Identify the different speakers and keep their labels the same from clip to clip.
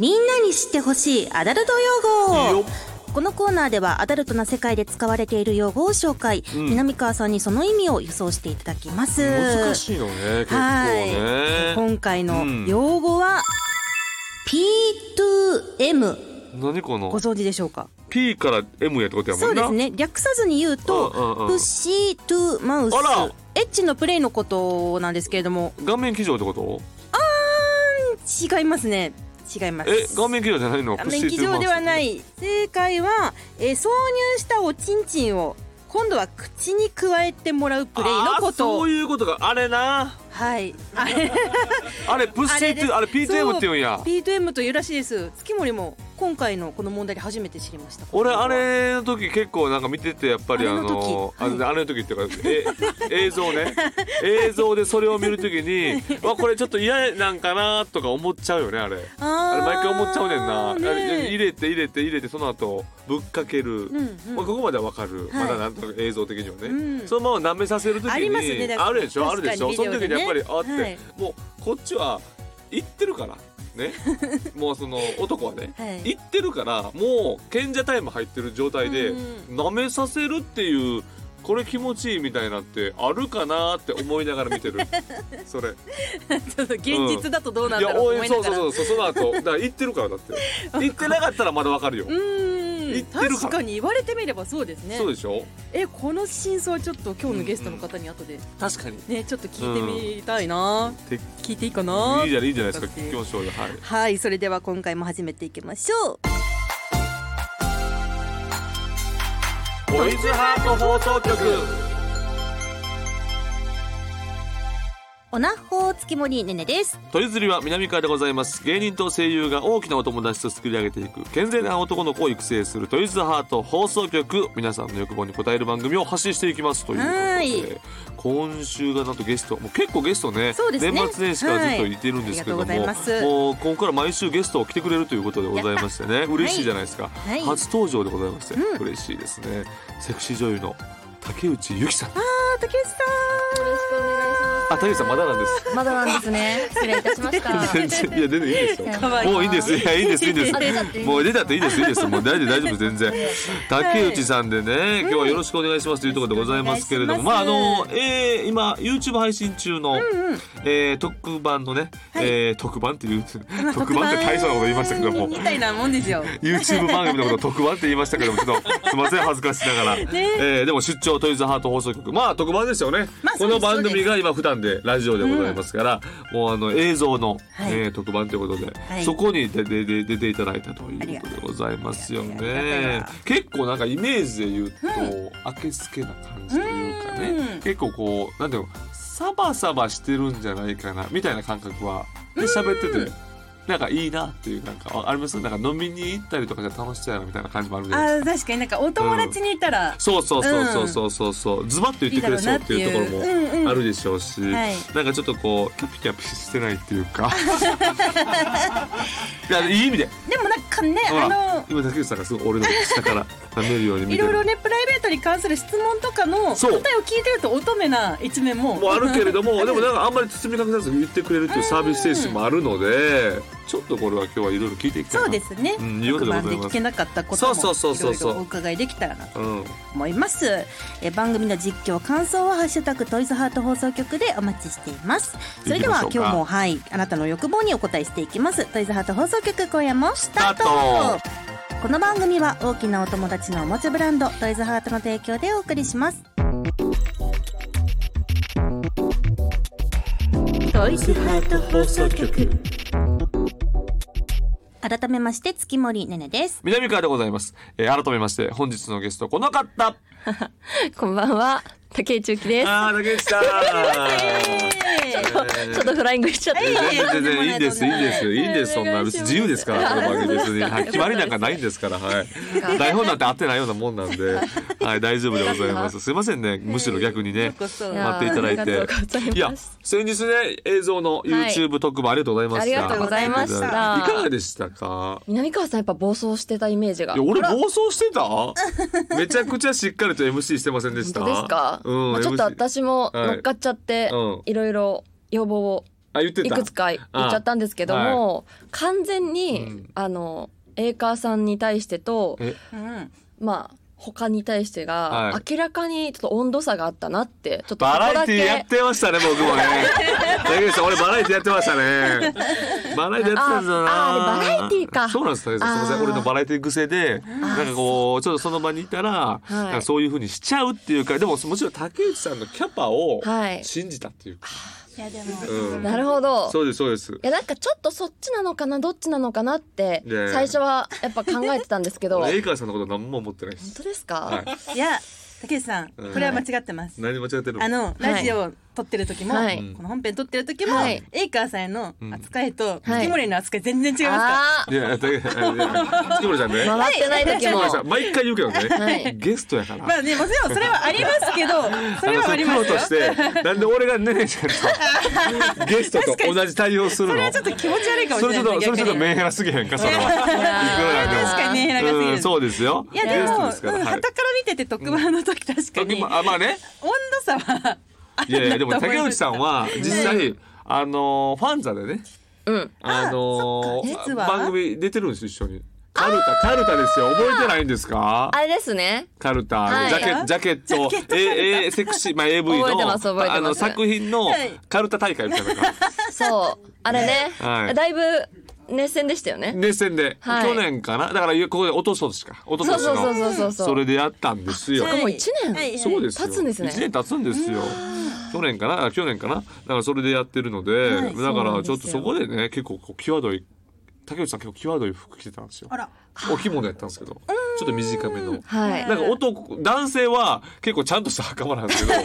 Speaker 1: みんなに知ってほしいアダルト用語このコーナーではアダルトな世界で使われている用語を紹介、
Speaker 2: ん
Speaker 1: 南川さんにその意味を予想していただきます
Speaker 2: 難しいのね結構
Speaker 1: はい
Speaker 2: ね
Speaker 1: 今回の
Speaker 2: うん
Speaker 1: 用語は、P2M
Speaker 2: 何この
Speaker 1: ご存知でしょうか
Speaker 2: P から M へってことやも
Speaker 1: そうん
Speaker 2: な
Speaker 1: ですね略さずに言うと
Speaker 2: うんうんうん
Speaker 1: プッシートゥーマウス
Speaker 2: あら
Speaker 1: エッチのプレイのことなんですけれども
Speaker 2: 画面騎乗ってこと
Speaker 1: 違いますね違います
Speaker 2: え画面騎乗じゃないの
Speaker 1: 画面機上ではないい正解は、えー挿入したおちんちんを今度は口に加えてもらうプレイのこと
Speaker 2: そういうことかあれな
Speaker 1: はいあれ
Speaker 2: あれプッシ
Speaker 1: あれ
Speaker 2: ー
Speaker 1: です
Speaker 2: とあれ PTM って言うんや
Speaker 1: そう P2M というらしいです月森も今回のこの問題で初めて知りました
Speaker 2: 俺あれの時結構なんか見ててやっぱりあ
Speaker 1: あれの時
Speaker 2: のあ
Speaker 1: はい
Speaker 2: のあれの時っていうか え映像ね映像でそれを見る時にわこれちょっと嫌なんかなとか思っちゃうよねあれ
Speaker 1: あ
Speaker 2: あ
Speaker 1: ー
Speaker 2: れ毎回思っちゃうねんなあれ
Speaker 1: ね
Speaker 2: 入
Speaker 1: え
Speaker 2: れて入れて入れてその後ぶっかける
Speaker 1: んうん
Speaker 2: まあここまではわかる
Speaker 1: い
Speaker 2: まだなんとなく映像的には
Speaker 1: う
Speaker 2: ね
Speaker 1: ん
Speaker 2: そのまま舐めさせる時
Speaker 1: ありますね
Speaker 2: に
Speaker 1: だから
Speaker 2: あるでしょあるでしょ
Speaker 1: 確
Speaker 2: そ
Speaker 1: か
Speaker 2: の
Speaker 1: に
Speaker 2: 時
Speaker 1: ビデ
Speaker 2: に
Speaker 1: オ
Speaker 2: やっぱ
Speaker 1: で
Speaker 2: り
Speaker 1: ね
Speaker 2: あっ
Speaker 1: は
Speaker 2: て
Speaker 1: い
Speaker 2: もうこっちは行ってるから ねもうその男はね
Speaker 1: はい
Speaker 2: 行ってるからもう賢者タイム入ってる状態で
Speaker 1: うん
Speaker 2: 舐めさせるっていうこれ気持ちいいみたいなってあるかなって思いながら 見てるそれ
Speaker 1: ちょっと現実だとどうなんだろうと
Speaker 2: お
Speaker 1: 思いな
Speaker 2: そう
Speaker 1: がら
Speaker 2: そうそうそうその後だから行ってるか らだって行ってなかったらまだわかるよ
Speaker 1: うー
Speaker 2: 言っ
Speaker 1: ん
Speaker 2: てるから
Speaker 1: 確かに言われてみればそうですね
Speaker 2: そうでしょ
Speaker 1: えこの真相はちょっと今日のゲストの方に後で
Speaker 2: 確かにいい
Speaker 1: ねちょっと聞いてみたいな、
Speaker 2: て
Speaker 1: 聞いていいかな
Speaker 2: じゃないいいじゃないですか聞きましょうよはい
Speaker 1: はいそれでは今回も始めていきましょう
Speaker 2: ボイズハート放送局
Speaker 1: おなほ月森ねねです
Speaker 2: 取り釣りは南川でございます芸人と声優が大きなお友達と作り上げていく健全な男の子を育成するトイズハート放送局皆さんの欲望に応える番組を発信していきますということで今週がなんとゲストもう結構ゲストね
Speaker 1: そうですね
Speaker 2: 年末年始からずっといてるんですけども、
Speaker 1: はいありがとうございます
Speaker 2: もうここから毎週ゲストを来てくれるということでございまし てね嬉しいじゃないですか、
Speaker 1: い
Speaker 2: 初登場でございまして、
Speaker 1: うん
Speaker 2: 嬉しいですねセクシー女優の竹内ゆきさんあ
Speaker 1: あ竹内さんよろしくお願いしま
Speaker 2: 竹内さんまだなん です
Speaker 3: まだなんですね。失礼いたしました。
Speaker 2: 全然いや出ていいですよ。
Speaker 1: 可愛い
Speaker 2: もういいです。いやいいですいいです
Speaker 3: あ出ちゃっていいんで。すか
Speaker 2: もう出たっていいですいいです。もう大丈夫大丈夫全然。竹内さんでね今日はよろしくお願いしますというところでございますけれども、まああ
Speaker 1: よろしくお願いし
Speaker 2: の
Speaker 1: ます
Speaker 2: えー今 YouTube 配信中のえー特番のね
Speaker 1: い
Speaker 2: えー特番っていう 特番って大層なこと言いましたけども
Speaker 1: み。たいなもんです よ
Speaker 2: YouTube 番組のことを特番って言いましたけどもちょっとすみません恥ずかしな がら、えーでも出張トイズハート放送局まあ特番ですよね、
Speaker 1: まあそ
Speaker 2: こ
Speaker 1: うで
Speaker 2: の
Speaker 1: す
Speaker 2: 番組が今普段でラジオでございますから、もうあの映像の、えー特番ということで、
Speaker 1: い
Speaker 2: そこに出て出ていただいたという
Speaker 1: ありが
Speaker 2: こととでございますよ
Speaker 1: ありがたい
Speaker 2: ね
Speaker 1: わ
Speaker 2: 結構なんかイメージで言うと、明けすけな感じというか
Speaker 1: う
Speaker 2: ね
Speaker 1: ん
Speaker 2: 結構こうなんていうのサバサバしてるんじゃないかなみたいな感覚はで喋ってて。なんかいいなっていうなんかあありますなんか飲みに行ったりとかじゃ楽しそうやなみたいな感じもあるじゃないです
Speaker 1: あ
Speaker 2: か
Speaker 1: 確かになんかお友達にいたら、
Speaker 2: そうそうそうそうそうそう、うズバッと言ってくれそうっていうとこ
Speaker 1: いいだろうなっていう
Speaker 2: ろ
Speaker 1: うんうん
Speaker 2: もあるでしょうし、
Speaker 1: はい
Speaker 2: なんかちょっとこうキャピキャピしてないっていう かいやいい意味で
Speaker 1: でもなんかね
Speaker 2: ほ
Speaker 1: あ
Speaker 2: ら
Speaker 1: の
Speaker 2: 今竹内さんがすごい俺の下から舐めるように見
Speaker 1: い
Speaker 2: て
Speaker 1: ろい
Speaker 2: る
Speaker 1: ろねプライベートに関する質問とかの答
Speaker 2: そ
Speaker 1: え
Speaker 2: う
Speaker 1: を聞いてると乙女な一面も
Speaker 2: もあるけれどもでもなんかあんまり包み隠さず言ってくれるっていうサービス精神もあるのでちょっとこれは今日はいろいろ聞いていきたいな
Speaker 1: そうですね、
Speaker 2: うんいうことでございます
Speaker 1: 特番で聞けなかったことも
Speaker 2: そうそうそうそうそう
Speaker 1: いろいろお伺いできたらなと
Speaker 2: うん
Speaker 1: 思いますえ番組の実況感想は「ハッシュタグトイズハート放送局」でお待ちしていますそれでは
Speaker 2: 行きましょうか
Speaker 1: 今日もはいあなたの欲望にお答えしていきますトイズハート放送局今夜もスタート
Speaker 2: スター
Speaker 1: この番組は大きなお友達のおもちゃブランドトイズハートの提供でお送りしますトイズハート放送局改めまして月森ねねです
Speaker 2: 南川でございます、えー改めまして本日のゲストこの方あ
Speaker 3: こんばんは。竹内ゆきです。
Speaker 2: ー竹内さん
Speaker 3: ちょっとフライングしちゃって。
Speaker 2: 全然いいんですいいんですいいんですそんな別に自由ですからこの番組別 に、はい、決まりなんかないんですからはい台本なんて合ってないようなもんなんではい大丈夫でございますすいませんねむしろ逆にね
Speaker 1: こそ
Speaker 2: 待っていただい
Speaker 3: いやありがとうございま
Speaker 2: て
Speaker 3: す
Speaker 2: いや先日ね映像の YouTube 特番ありがとうございました、
Speaker 3: ありがとうございました
Speaker 2: いかがでしたか
Speaker 3: 南川さんやっぱ暴走してたイメージが。
Speaker 2: いや俺暴走してためちゃくちゃしっかりと MC してませんでし
Speaker 3: 本
Speaker 2: た
Speaker 3: 当ですか。
Speaker 2: うん、
Speaker 3: まあちょっと
Speaker 2: MC
Speaker 3: 私も乗っかっちゃって
Speaker 2: はいうん
Speaker 3: いろいろ要望を
Speaker 2: あ言って
Speaker 3: い
Speaker 2: た
Speaker 3: くつか言っちゃったんですけども、完全に、
Speaker 2: うん
Speaker 3: あのエーカーさんに対してと
Speaker 2: え
Speaker 1: うん
Speaker 3: まあ他に対してが、
Speaker 2: はい
Speaker 3: 明らかにちょっと温度差があったなってちょっと
Speaker 2: バラエティーやっ
Speaker 3: こ
Speaker 2: てましたね僕もね 大丈夫です俺バラエティーやってましたねバラエティーやってたんだな
Speaker 3: あああれバラエティーか
Speaker 2: そうなんですねすいませ
Speaker 3: あ
Speaker 2: ん
Speaker 3: ー
Speaker 2: 俺のバラエティー癖でなんかこうちょっとその場にいたら、
Speaker 3: い
Speaker 2: なんかそういう風にしちゃうっていうかでももちろん竹内さんのキャパを
Speaker 3: はい
Speaker 2: 信じたっていうか、
Speaker 1: いやでも、
Speaker 2: うん
Speaker 3: なるほど
Speaker 2: そうですそうです
Speaker 3: いやなんかちょっとそっちなのかなどっちなのかなって
Speaker 2: ねえ
Speaker 3: 最初はやっぱ考えてたんですけ ど
Speaker 2: 俺エ
Speaker 3: 本
Speaker 2: イカーさんのこと何も思ってないです
Speaker 3: 当ですか、
Speaker 2: はい
Speaker 1: いや竹内さん
Speaker 2: うん
Speaker 1: これは間違ってます、
Speaker 2: 何間違ってる
Speaker 1: あのラジオを撮ってる時も、
Speaker 3: はい
Speaker 1: この本編撮ってる時も、
Speaker 3: はい
Speaker 1: エイカーさんへの扱いと、
Speaker 3: はい
Speaker 1: ティモリーの扱い全然違いますか
Speaker 3: あ
Speaker 2: い
Speaker 3: あ
Speaker 2: や竹月 村ちゃんね
Speaker 3: 回ってない時も、
Speaker 2: さ 毎回言うけどね、
Speaker 3: はい
Speaker 2: ゲストやから
Speaker 1: らまあねもちろんそれはありますけど それはありますよ
Speaker 2: あのそうプロと してなんで俺がねねちゃんとゲストと同じ対応するの
Speaker 1: それはちょっと気持ち悪いかもし
Speaker 2: そ
Speaker 1: れ
Speaker 2: れち
Speaker 1: な
Speaker 2: ょ
Speaker 1: いね
Speaker 2: っとそれちょっと
Speaker 1: 逆に
Speaker 2: メンヘラすぎへんか それは
Speaker 3: や
Speaker 2: いくらでも
Speaker 1: 確かにメンヘラがすぎる
Speaker 2: うんそうですよ
Speaker 1: いやでも、
Speaker 2: ゲ
Speaker 1: うん、旗
Speaker 2: ストで
Speaker 1: から
Speaker 2: すから、
Speaker 1: 見てて特番の時確か
Speaker 2: はい
Speaker 1: に、
Speaker 2: あまあね
Speaker 1: 温度差はあ
Speaker 2: いやい やで
Speaker 1: るな
Speaker 2: も
Speaker 1: と思
Speaker 2: 竹
Speaker 1: いま
Speaker 2: 内
Speaker 1: した
Speaker 2: さんは実際、あのファンザでね
Speaker 3: うん
Speaker 2: あの
Speaker 1: そっか実は
Speaker 2: 番組出てるんです一緒にカルタカルタですよ覚えてないんですか
Speaker 3: あれですね
Speaker 2: カルタ、
Speaker 3: はい
Speaker 2: ジャケジャケット
Speaker 1: ジャケット
Speaker 2: ええセクシー、まあ、AV
Speaker 3: 覚えてます覚
Speaker 2: の
Speaker 3: えてます
Speaker 2: あの作品の
Speaker 1: はい
Speaker 2: カルタ大会みたいなのが
Speaker 3: そうあれね、
Speaker 2: はい
Speaker 3: だいぶ熱戦でしたよね
Speaker 2: 熱戦で、
Speaker 3: はい
Speaker 2: 去年かなだからここで落とそうしか落と
Speaker 3: そ
Speaker 2: そう
Speaker 3: そうそう
Speaker 2: の
Speaker 3: そうそうそう
Speaker 2: それでやったんですよ。
Speaker 3: かもう一年
Speaker 1: はいはい
Speaker 2: そうですよ。
Speaker 3: 経つんですね
Speaker 2: 一年経つんですよ。去年かな、あ去年かな、だからそれでやってるので、
Speaker 1: はい
Speaker 2: だからちょっと
Speaker 3: そ
Speaker 2: そうこでね、結構こう際どい。竹内さん結構際どい服着てたんですよ
Speaker 1: あ。ら
Speaker 2: お着物やったんですけど、ちょっと短めの。
Speaker 3: はい
Speaker 2: なんか男男性は結構ちゃんとした袴なんですけど、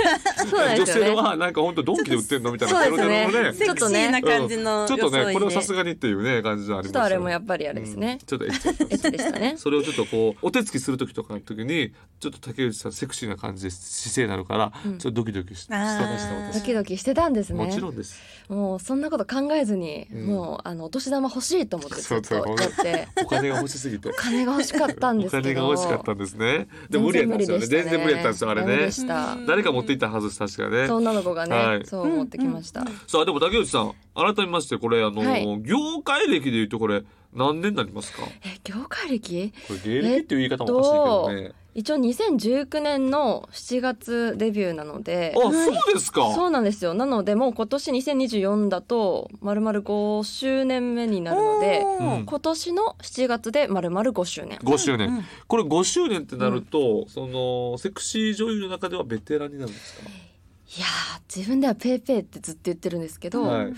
Speaker 3: そうなん
Speaker 2: 女
Speaker 3: ですよ
Speaker 2: 性
Speaker 3: ね
Speaker 2: はなんか本当ドンキで売ってるのみたいな
Speaker 3: そうですね
Speaker 2: 黒々の
Speaker 1: セ
Speaker 3: ちょっ
Speaker 1: クシー
Speaker 3: とね
Speaker 1: な感じの
Speaker 2: う
Speaker 1: 装
Speaker 2: んちょ
Speaker 1: いで、
Speaker 2: っとねこれはさすがにっていうね感じじゃあり
Speaker 3: ちょ
Speaker 2: ますよ
Speaker 3: っとあれもやっぱりあれですね、
Speaker 2: ちょっとエッチ
Speaker 3: エッチでしたね
Speaker 2: それをちょっとこうお手つきする時とかの時にちょっと竹内さんセクシーな感じで姿勢になるから、ちょっとドキドキしした
Speaker 1: あー
Speaker 2: ました
Speaker 3: ド
Speaker 2: 私。
Speaker 3: キドキしてたんですね
Speaker 2: もちろんです。
Speaker 3: もうそんなこと考えずに、
Speaker 2: ん
Speaker 3: もうあのお年玉欲しいと思ってずっとやって
Speaker 2: お金が欲しすぎて。
Speaker 3: お金が欲しかったん
Speaker 2: お
Speaker 3: ですけ
Speaker 2: 金
Speaker 3: ど
Speaker 2: が欲しかったんですね。でも無理やったんですよね。全然無理やったんですよあれ
Speaker 3: 無理
Speaker 2: ね
Speaker 3: で。した
Speaker 1: うん
Speaker 2: 誰か持っていったはずです確かね。
Speaker 3: そう女の子がね、
Speaker 2: はい
Speaker 3: そう持ってきました、
Speaker 2: さあでも竹内さん改めましてこれあの、
Speaker 3: はい
Speaker 2: 業界歴で言うとこれ何年になりますか。こ
Speaker 3: え業界歴
Speaker 2: れ芸歴っていう言い方もおかしいけどね。
Speaker 3: 一応2019年の7月デビューなので
Speaker 2: あそうですか。
Speaker 3: そうなんですよなのでもう今年2024だと丸々5周年目になるので
Speaker 1: おー
Speaker 2: うん
Speaker 3: 今年の7月で丸々5周年
Speaker 2: 5周年、
Speaker 1: うん
Speaker 2: これ5周年ってなると、そのセクシー女優の中ではベテランになるんですか、
Speaker 3: いやー自分ではペイペイってずっと言ってるんですけど、
Speaker 2: はい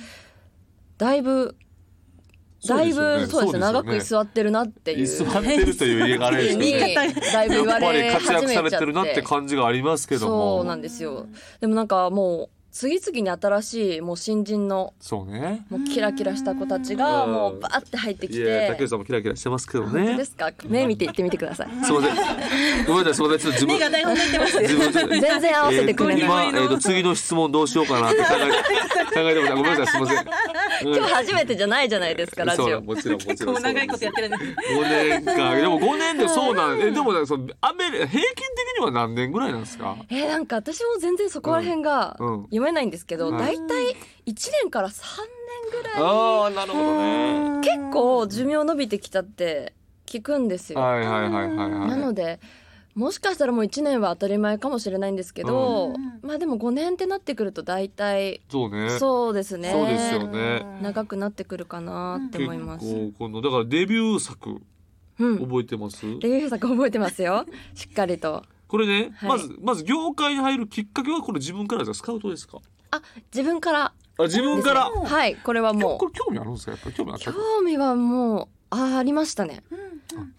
Speaker 3: だいぶだいぶそうですね長く居
Speaker 2: っ
Speaker 3: 座ってるなっていう
Speaker 2: 座ってるという言いがあ れです
Speaker 3: に
Speaker 2: けどね
Speaker 3: だ いぶ言
Speaker 2: や
Speaker 3: わ
Speaker 2: っぱり
Speaker 3: れ
Speaker 2: 活
Speaker 3: 始
Speaker 2: 躍
Speaker 3: め
Speaker 2: され
Speaker 3: ちゃ
Speaker 2: てるなって感じがありますけども
Speaker 3: そうなんですよでもなんかもう次々に新しいもう新人の
Speaker 2: そうね
Speaker 3: もうキラキラした子たちが
Speaker 2: うん
Speaker 3: もうバーって入ってき
Speaker 2: いや竹
Speaker 3: て
Speaker 2: 内さんもキラキラしてますけど
Speaker 3: 本当で
Speaker 2: ね
Speaker 3: すか目見て言ってみてください
Speaker 2: すいませんごめんなさいすいませんちょっと自
Speaker 1: 目が
Speaker 2: 分
Speaker 1: 台本にいってますよ
Speaker 2: 自分
Speaker 3: 全然合わせてくれない、
Speaker 2: えーと今、えーと次の質問どうしようかなって考え考えてましたごめんなさいすいませんうん
Speaker 3: 今日初めてじゃないじゃないですかラジ
Speaker 2: そうな
Speaker 3: オ
Speaker 2: んもちろんもち
Speaker 1: 結
Speaker 2: ろん
Speaker 1: 構
Speaker 2: そうなん
Speaker 1: 長
Speaker 2: です
Speaker 1: い ことやってるんで
Speaker 2: 五年かでも五年でそうなんえでもねそのアメリ平均的には何年ぐらいなんですか
Speaker 3: えーなんか私も全然そこら辺が
Speaker 2: うんうん
Speaker 3: 読めないんですけど、
Speaker 2: うん
Speaker 3: 大体1年から3年ぐらい
Speaker 2: ああなるほどね
Speaker 3: 結構寿命伸びてきたって聞くんですよ、
Speaker 2: はいはいはいはいはい
Speaker 3: なのでもしかしたらもう1年は当たり前かもしれないんですけど、
Speaker 1: うん
Speaker 3: まあでも5年ってなってくると大体
Speaker 2: そうね
Speaker 3: そうですね
Speaker 2: そうですよね
Speaker 3: 長くなってくるかなって
Speaker 2: 結
Speaker 3: 思います、うん
Speaker 2: 構このだからデビュー作覚えてます、
Speaker 3: デビュー作覚えてま すよしっかりと
Speaker 2: これね、
Speaker 3: はい
Speaker 2: まずまず業界に入るきっかけはこれ自分からですかスカウトですか
Speaker 3: あ自分から
Speaker 2: あ自分から
Speaker 1: うん
Speaker 3: はいこれは
Speaker 2: もう
Speaker 3: も
Speaker 2: こ
Speaker 3: う
Speaker 2: れ興味あるんですかやっぱり興味あった
Speaker 3: 興味はもうあありましたね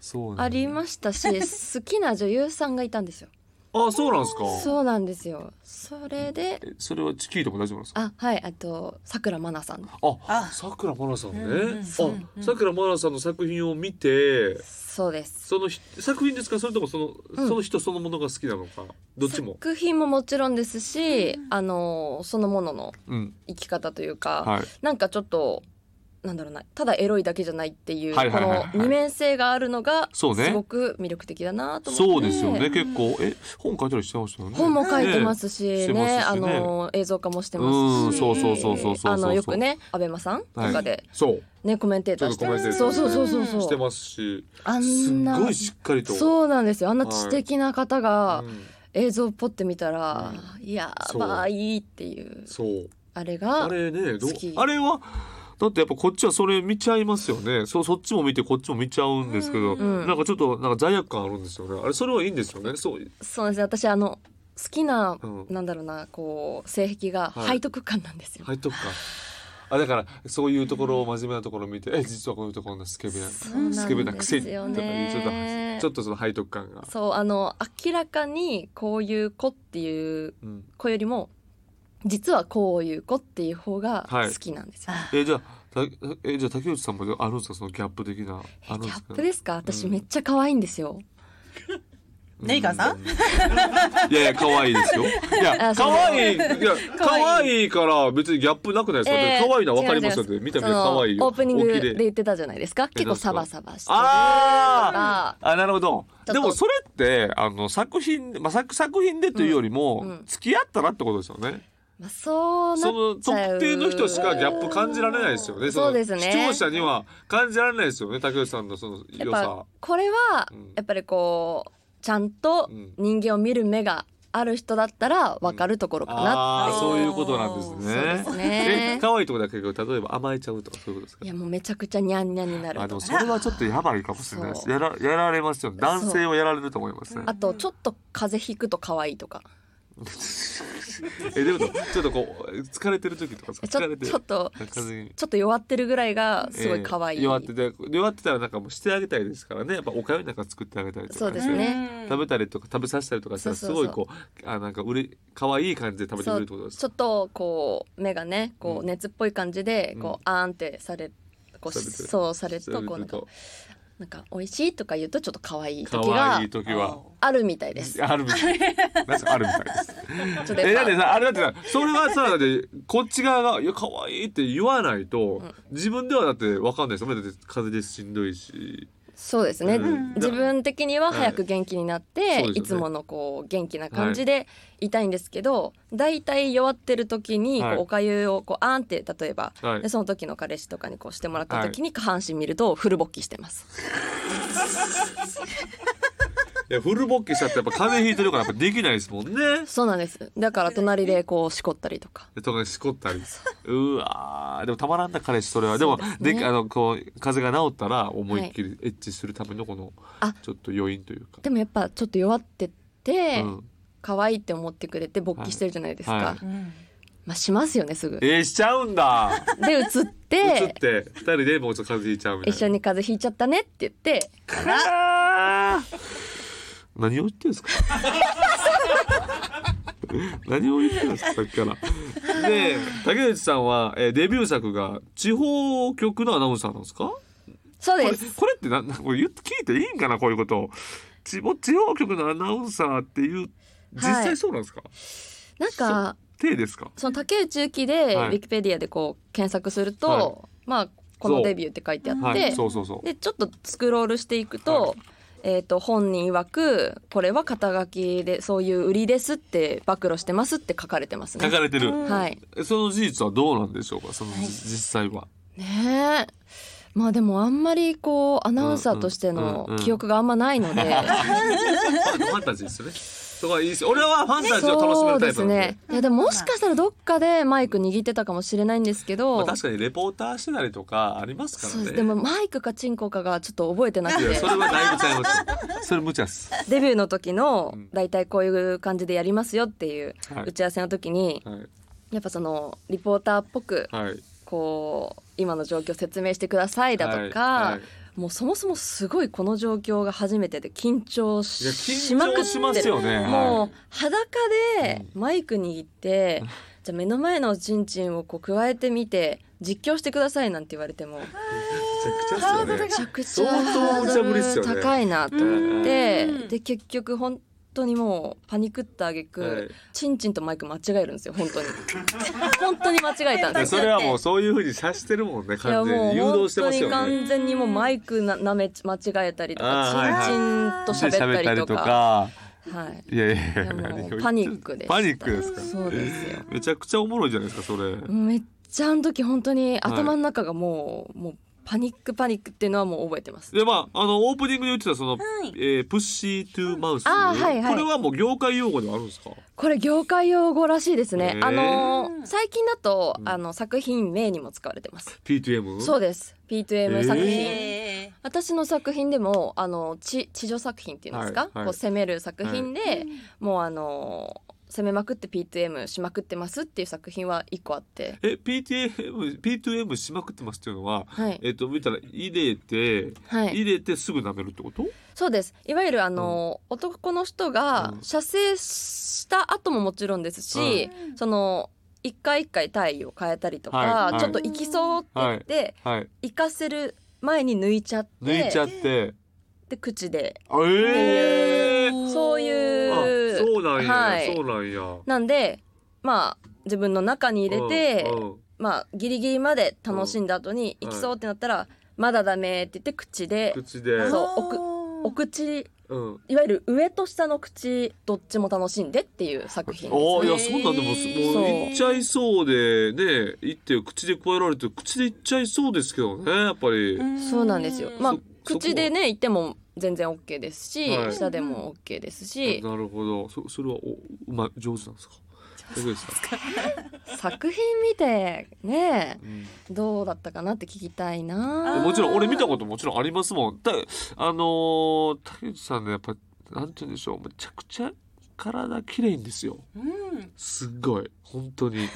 Speaker 2: そう
Speaker 3: ありま
Speaker 2: し
Speaker 3: し たし好きな女優さんがいたんですよ
Speaker 2: あそうなんですか
Speaker 3: そうなんですよそれで
Speaker 2: えそれは聞いても大丈夫なんですか
Speaker 3: あはいあとさくらまなさん
Speaker 2: あ
Speaker 1: あ
Speaker 2: さくらまなさんね、
Speaker 1: うんうんそう
Speaker 2: あさくらまなさんの作品を見て
Speaker 3: そうです
Speaker 2: そのひ作品ですかそれともその、
Speaker 3: うん
Speaker 2: その人そのものが好きなのかどっちも。
Speaker 3: 作品ももちろんですし、あのそのものの
Speaker 2: うん、
Speaker 3: 生き方というか、
Speaker 2: はい。
Speaker 3: なんかちょっとなんだろうなただエロいだけじゃないっていう、
Speaker 2: はいはいはいはい
Speaker 3: この二面性があるのがす
Speaker 2: そうね
Speaker 3: ごく魅力的だなと思
Speaker 2: そう
Speaker 3: って
Speaker 2: ですよね結構え本書いたりしてましたよね
Speaker 3: 本も書いてま
Speaker 2: ね
Speaker 3: すし
Speaker 2: し
Speaker 3: ね
Speaker 2: てますしね
Speaker 3: あの映像化もしてますし
Speaker 1: うんそうそうそう
Speaker 2: そうそうそう
Speaker 3: あのよくねアベマさんとかで、
Speaker 2: そう
Speaker 3: ねコメンテーターして
Speaker 2: ちょっとコメンテーター
Speaker 3: そうそうそうそうそう
Speaker 2: してますし
Speaker 3: あ
Speaker 2: す
Speaker 3: ん
Speaker 2: っ
Speaker 3: な
Speaker 2: ごいしっかりと
Speaker 3: そうなんですよあんな知的な方
Speaker 2: う
Speaker 3: が
Speaker 2: ん
Speaker 3: 映像をポってみたら、やばいっていう
Speaker 2: そう
Speaker 3: あれ
Speaker 2: あ
Speaker 3: が
Speaker 2: れねどう
Speaker 3: 好き
Speaker 2: あれはだってやっぱこっちはそれ見ちゃいますよねそそっちも見てこっちも見ちゃうんですけど、
Speaker 3: うん
Speaker 2: なんかちょっとなんか罪悪感あるんですよねあれそれはいいんですよねそう
Speaker 3: そうですね私あの好きな、
Speaker 2: うん
Speaker 3: なんだろうなこう性癖が
Speaker 2: はい
Speaker 3: 背徳感なんですよ、
Speaker 2: 入っとくかあだからそういうところを真面目なところを見てえ実はこういうところのスケベな
Speaker 3: そうなんです
Speaker 2: ス
Speaker 3: よね
Speaker 2: ケベなくせにとかいうちょっと話ちょっとその背徳感が、
Speaker 3: そうあの明らかにこういう子っていう
Speaker 2: うん、
Speaker 3: 子よりも実はこういう子っていう方が
Speaker 2: はい
Speaker 3: 好きなんですよ、
Speaker 2: えじゃあたえじゃあ竹内さんもあるんですかそのギャップ的なあるん
Speaker 3: ギ
Speaker 2: で
Speaker 3: ャ
Speaker 2: す
Speaker 3: ッ
Speaker 2: か
Speaker 3: プですか私
Speaker 2: うん
Speaker 3: めっちゃ可愛いんですよ、
Speaker 1: ネイガーさん
Speaker 2: うんいやいや可愛いですよいや
Speaker 3: あそう
Speaker 2: 可愛いいや 可愛いから別にギャップなくないですか、
Speaker 3: えー
Speaker 2: 可愛いのはわかりますよ
Speaker 3: 違う違
Speaker 2: ね
Speaker 3: う
Speaker 2: 見た目可愛いよ
Speaker 3: そのオープニング
Speaker 2: お綺
Speaker 3: で
Speaker 2: 麗
Speaker 3: 言ってたじゃないですか
Speaker 2: な
Speaker 3: 結
Speaker 2: ん
Speaker 3: 構
Speaker 2: すか
Speaker 3: サバサバしてる
Speaker 2: あーあなるほど
Speaker 3: ちょっと
Speaker 2: でもそれってあの作品、まあ、作作品でというよりも、
Speaker 3: うんうん
Speaker 2: 付き合ったらってことですよね
Speaker 3: まあ、そうな
Speaker 2: そ
Speaker 3: っ
Speaker 2: の
Speaker 3: ちゃう
Speaker 2: 特定の人しかギャップ感じられないですよねの
Speaker 3: そうですね
Speaker 2: 視聴者には感じられないですよね竹内さんのその
Speaker 3: やっ
Speaker 2: 良さ
Speaker 3: ぱこれは
Speaker 2: うん
Speaker 3: やっぱりこうちゃんと
Speaker 2: うん
Speaker 3: 人間を見る目がある人だったら分かるところかな
Speaker 2: あ
Speaker 3: っ
Speaker 2: あ
Speaker 3: てい
Speaker 2: ー
Speaker 3: う、
Speaker 2: そういうことなんですね
Speaker 3: そうですね
Speaker 2: え可愛いとこだけど例えば甘えちゃうとかそういうことですか
Speaker 3: いやもうめちゃくちゃニャンニャンになる
Speaker 2: あ
Speaker 3: と
Speaker 2: で
Speaker 3: か
Speaker 2: もそれはちょっとやばいかもしれないです
Speaker 3: そう
Speaker 2: やらやられますよね男性はやられると思いますね
Speaker 3: あとちょっと風邪ひくと可愛いとか
Speaker 2: えでもちょっとこう疲れてる時とかですか
Speaker 3: ち
Speaker 2: 疲れ
Speaker 3: ょ
Speaker 2: て
Speaker 3: ちょっと
Speaker 2: 風邪に
Speaker 3: ちょっと弱ってるぐらいがすごい可愛い、
Speaker 2: えー弱ってて弱ってたらなんかもうしてあげたいですからねやっぱおかゆなんか作ってあげたりとか、
Speaker 3: そうですね
Speaker 2: 食べたりとか食べさせたりとかしたら
Speaker 3: そ
Speaker 2: す
Speaker 3: うそ
Speaker 2: ご
Speaker 3: うそう
Speaker 2: いこうあなんかうれ可愛い感じで食べてくれるってことです
Speaker 3: ちょっとこう目がねこ
Speaker 2: う
Speaker 3: うん熱っぽい感じでこう、あーんってされこう
Speaker 2: されて
Speaker 3: そうされるとこうなんか
Speaker 2: と
Speaker 3: なんか美味しいとか言うとちょっと可愛い時
Speaker 2: 可
Speaker 3: が
Speaker 2: 愛い時は
Speaker 3: あるみたいです。ちょ
Speaker 2: あるみたいなん かあるみたいです
Speaker 3: っと
Speaker 2: え
Speaker 3: や
Speaker 2: だ
Speaker 3: っ
Speaker 2: っ
Speaker 3: ぱ
Speaker 2: てさあれだってさそれはさだってこっち側が「いや可愛いって言わないと、自分ではだってわかんないですよねだって風邪でしんどいし
Speaker 3: そうですね、
Speaker 2: うん
Speaker 3: 自分的には早く元気になって、
Speaker 2: はいそ
Speaker 3: い、
Speaker 2: うですよね
Speaker 3: つものこう元気な感じでいたいんですけど、だいたい弱ってる時にこう
Speaker 2: はい
Speaker 3: おかゆをこうあーんって例えば、
Speaker 2: はい
Speaker 3: でその時の彼氏とかにこうしてもらった時に下半身見るとフル勃起してます。
Speaker 2: いやフル勃起しちゃってやっぱ風邪ひいてるからやっぱできないですもんね
Speaker 3: そうなんです。だから隣でこうしこったりとか。
Speaker 2: でとかしこったりうわーでもたまらんな彼氏それはでも
Speaker 3: そうです
Speaker 2: で,、
Speaker 3: ね
Speaker 2: あのこう風邪が治ったら思いっきりエッチするためのこの、
Speaker 3: あ
Speaker 2: ちょっと余韻というか。
Speaker 3: でもやっぱちょっと弱ってて、
Speaker 2: うん
Speaker 3: 可愛いって思ってくれて勃起してるじゃないですか。
Speaker 2: はいはい
Speaker 3: まあしますよねすぐ。
Speaker 2: えー、しちゃうんだ
Speaker 3: で映っ
Speaker 2: 映っ
Speaker 3: て
Speaker 2: て二人でもうちょっと風邪ひいちゃうみたいな
Speaker 3: 一緒に風邪ひいちゃったねって言って
Speaker 2: あー 何を言ってるんですか 何を言ってるんですかさっきからで竹内さんは、えーデビュー作が地方局のアナウンサーなんですかこ
Speaker 3: そう
Speaker 2: れ
Speaker 3: です
Speaker 2: これってななこれ言って聞いていいんかなこういうこと地も地方局のアナウンサーっていう実際そうなんですか、
Speaker 3: なんか
Speaker 2: 手ですか
Speaker 3: その竹内ゆきでウ
Speaker 2: はい
Speaker 3: ィキペディアでこう検索すると、
Speaker 2: はい
Speaker 3: まあこのデビューって書いてあって、
Speaker 2: はいそうそうそう
Speaker 3: でちょっとスクロールしていくと、
Speaker 2: は
Speaker 3: えっ、と本人曰くこれは肩書きでそういう売りですって暴露してますって書かれてますね
Speaker 2: 書。かれてる、
Speaker 3: はい。
Speaker 2: えその事実はどうなんでしょうかそのじ、実際は
Speaker 3: ねえ。まあでもあんまりこうアナウンサーとしての記憶があんまないので、
Speaker 2: ファンタジーですよねそこはいいです俺はファンタジーを楽しめる
Speaker 3: そ
Speaker 2: タ
Speaker 3: うで
Speaker 2: イプ
Speaker 3: す
Speaker 2: なんで
Speaker 3: ね。いやでももしかしたらどっかでマイク握ってたかもしれないんですけ
Speaker 2: ま
Speaker 3: ど
Speaker 2: あ、、確かにレポーターしてたりとかありますか
Speaker 3: そう
Speaker 2: らね。
Speaker 3: です。でもマイクかチンコかがちょっと覚えてなく
Speaker 2: いや
Speaker 3: て
Speaker 2: そ。れはだいぶ ちゃいますそれ無茶っす。
Speaker 3: デビューの時の
Speaker 2: うん
Speaker 3: 大体こういう感じでやりますよっていう
Speaker 2: はい
Speaker 3: 打ち合わせの時に
Speaker 2: はい
Speaker 3: やっぱそのリポーターっぽく
Speaker 2: はい。
Speaker 3: こう今の状況説明してくださいだと
Speaker 2: はいは
Speaker 3: か
Speaker 2: い
Speaker 3: もうそもそもすごいこの状況が初めてで緊
Speaker 2: い
Speaker 3: 張
Speaker 2: や
Speaker 3: ししま
Speaker 2: 緊
Speaker 3: く
Speaker 2: 張
Speaker 3: っ
Speaker 2: しま
Speaker 3: て
Speaker 2: す
Speaker 3: る
Speaker 2: よね。
Speaker 3: も
Speaker 2: は
Speaker 3: う裸でマイク握って、 じゃあ目の前のおちんちんをこう加えてみて実況してくださいなんて言われてもめ
Speaker 2: いめちゃくちゃっすよね。
Speaker 3: ちゃくちゃ
Speaker 2: 相当無茶ぶりっすよね
Speaker 3: 高いなと思って
Speaker 1: うん
Speaker 3: で結局本当にもうパニックった挙句、
Speaker 2: はい
Speaker 3: チンチンとマイク間違えるんですよ本当に 本当に間違えたん
Speaker 2: い
Speaker 3: で
Speaker 2: や
Speaker 3: す
Speaker 2: それはもうそういうふうにさしてるもんね
Speaker 3: いや
Speaker 2: 完全
Speaker 3: もう
Speaker 2: に誘導してま
Speaker 3: 本当
Speaker 2: す
Speaker 3: に
Speaker 2: よね。
Speaker 3: 完全にもうマイクななめ間違えたりと
Speaker 2: あーはい
Speaker 3: か
Speaker 2: はい
Speaker 3: チンチンと喋ったりとか
Speaker 2: か。
Speaker 3: はい
Speaker 2: いやいやい
Speaker 3: いやも
Speaker 2: や
Speaker 3: うパニックでした
Speaker 2: パニック ですか。
Speaker 3: そうですよ
Speaker 2: めちゃくちゃおもろいじゃないですかそれ。
Speaker 3: めっちゃあの時本当に頭の中がもう、もうパニックパニックっていうのはもう覚えてます
Speaker 2: でまああのオープニングで言ってたその、
Speaker 1: はい
Speaker 2: えープッシートゥーマウス、
Speaker 3: あーはいはい
Speaker 2: これはもう業界用語ではあるんですか。
Speaker 3: これ業界用語らしいですね
Speaker 2: へー
Speaker 3: あのー最近だと、
Speaker 2: うん
Speaker 3: あの作品名にも使われてます、
Speaker 2: P2M。
Speaker 3: そうです
Speaker 2: へ
Speaker 3: P2M
Speaker 2: ー
Speaker 3: 作品、
Speaker 1: えー
Speaker 3: 私の作品でもあの地地上作品っていうんですか、
Speaker 2: はいはい
Speaker 3: こう攻める作品で、もうあの攻めまくって P2M しまくってますっていう作品は一個あって、
Speaker 2: え PTM P2M しまくってますっていうのは
Speaker 3: はい
Speaker 2: えっ、と見たら入れて、
Speaker 3: はい、
Speaker 2: 入れてすぐ舐めるってこと？
Speaker 3: そうですいわゆるあの、男の人が
Speaker 2: うん
Speaker 3: 射精した後ももちろんですし、その一回一回体位を変えたりとか、
Speaker 2: はいはい
Speaker 3: ちょっと行きそうって言って、
Speaker 2: はい。
Speaker 3: 行かせる前に抜いちゃって
Speaker 2: 抜いちゃって。
Speaker 3: で口で
Speaker 2: あええー。
Speaker 3: そうい
Speaker 2: あ
Speaker 3: う
Speaker 2: そうなんや、
Speaker 3: はい
Speaker 2: そうなんや。
Speaker 3: なんでまあ自分の中に入れて、
Speaker 2: うんうん
Speaker 3: まあギリギリまで楽しんだ後に
Speaker 2: うん
Speaker 3: 行きそうってなったら、まだダメって言って口で
Speaker 2: 口で、
Speaker 3: そう
Speaker 1: う
Speaker 3: お口
Speaker 2: うん、
Speaker 3: いわゆる上と下の口どっちも楽しんでっていう作品
Speaker 2: ああい
Speaker 3: で
Speaker 2: や
Speaker 3: す
Speaker 2: そ
Speaker 3: ね。
Speaker 2: んなんでももう
Speaker 3: そう
Speaker 2: 行っちゃいそうでね行って口で加えられて口で行っちゃいそうですけどねやっぱり、
Speaker 3: そうなんですよ。まあ
Speaker 2: そそこは
Speaker 3: 口でね行っても全然 OK ですし、
Speaker 2: はい
Speaker 3: 下でも OK ですし、
Speaker 2: なるほどそそれはおうまい上手なんですか上手ですか、
Speaker 3: 作品見てね
Speaker 2: うん
Speaker 3: どうだったかなって聞きたい
Speaker 2: で
Speaker 3: な。
Speaker 2: もちろん俺見たこともちろんありますもんだあのー竹内さんねやっぱなんて言うんでしょうめちゃくちゃ体綺麗んですよ
Speaker 1: うん
Speaker 2: すっごい本当に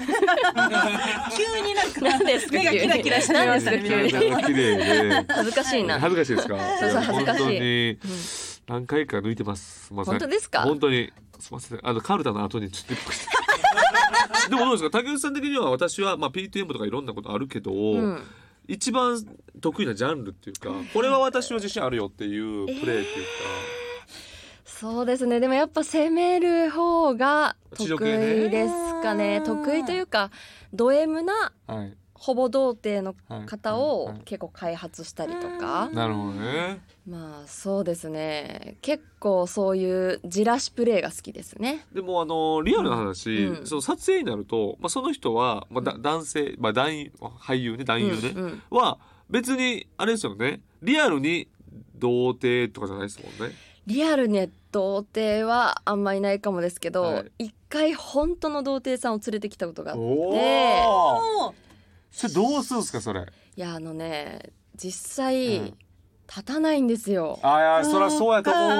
Speaker 1: 急になんか
Speaker 3: なんですか
Speaker 1: 目がキラキラして
Speaker 3: 何
Speaker 1: ま
Speaker 3: で
Speaker 1: し
Speaker 3: す
Speaker 1: た
Speaker 3: か
Speaker 1: ね
Speaker 3: 急に
Speaker 2: 体が綺 麗で
Speaker 3: 恥ずかしいな。
Speaker 2: 恥ずかしいですか
Speaker 3: そうそう恥ずかしい
Speaker 2: 本当に
Speaker 3: うん
Speaker 2: 何回か抜いてます。すみません。
Speaker 3: 本当ですか
Speaker 2: 本当に。すみません。あの、カルタの後にちょっと一歩して。でもどうですか竹内さん的には私は、まあ、PTM とかいろんなことあるけど、
Speaker 3: うん
Speaker 2: 一番得意なジャンルっていうかこれは私の自信あるよっていうプレーっていうか、
Speaker 3: そうですねでもやっぱ攻める方が
Speaker 2: 地
Speaker 3: 得
Speaker 2: 上系ね
Speaker 3: 意ですかね
Speaker 1: あー
Speaker 3: 得意というかド M な
Speaker 2: はい、
Speaker 3: ほぼ童貞の
Speaker 2: はい は
Speaker 3: 方を
Speaker 2: い
Speaker 3: 結構開発したりとか、
Speaker 2: なるほどね
Speaker 3: まあそうですね結構そういうじらしプレーが好きですね
Speaker 2: でもあのリアルな話、
Speaker 3: うん
Speaker 2: その撮影になると、まあ、その人は、まあ、だ男性、まあ、男優俳優ね男優ね、
Speaker 3: うんうん
Speaker 2: は別にあれですよねリアルに童貞とかじゃないですもんね
Speaker 3: リアルね童貞はあんまいないかもですけど、
Speaker 2: はい
Speaker 3: 一回本当の童貞さんを連れてきたことがあって
Speaker 2: おお。
Speaker 1: もう
Speaker 2: それどうするんですかそれ。
Speaker 3: いやあのね実
Speaker 2: う
Speaker 3: 際
Speaker 2: ん
Speaker 3: 立たないんですよ、
Speaker 2: あいやそりゃそうやと思うわ。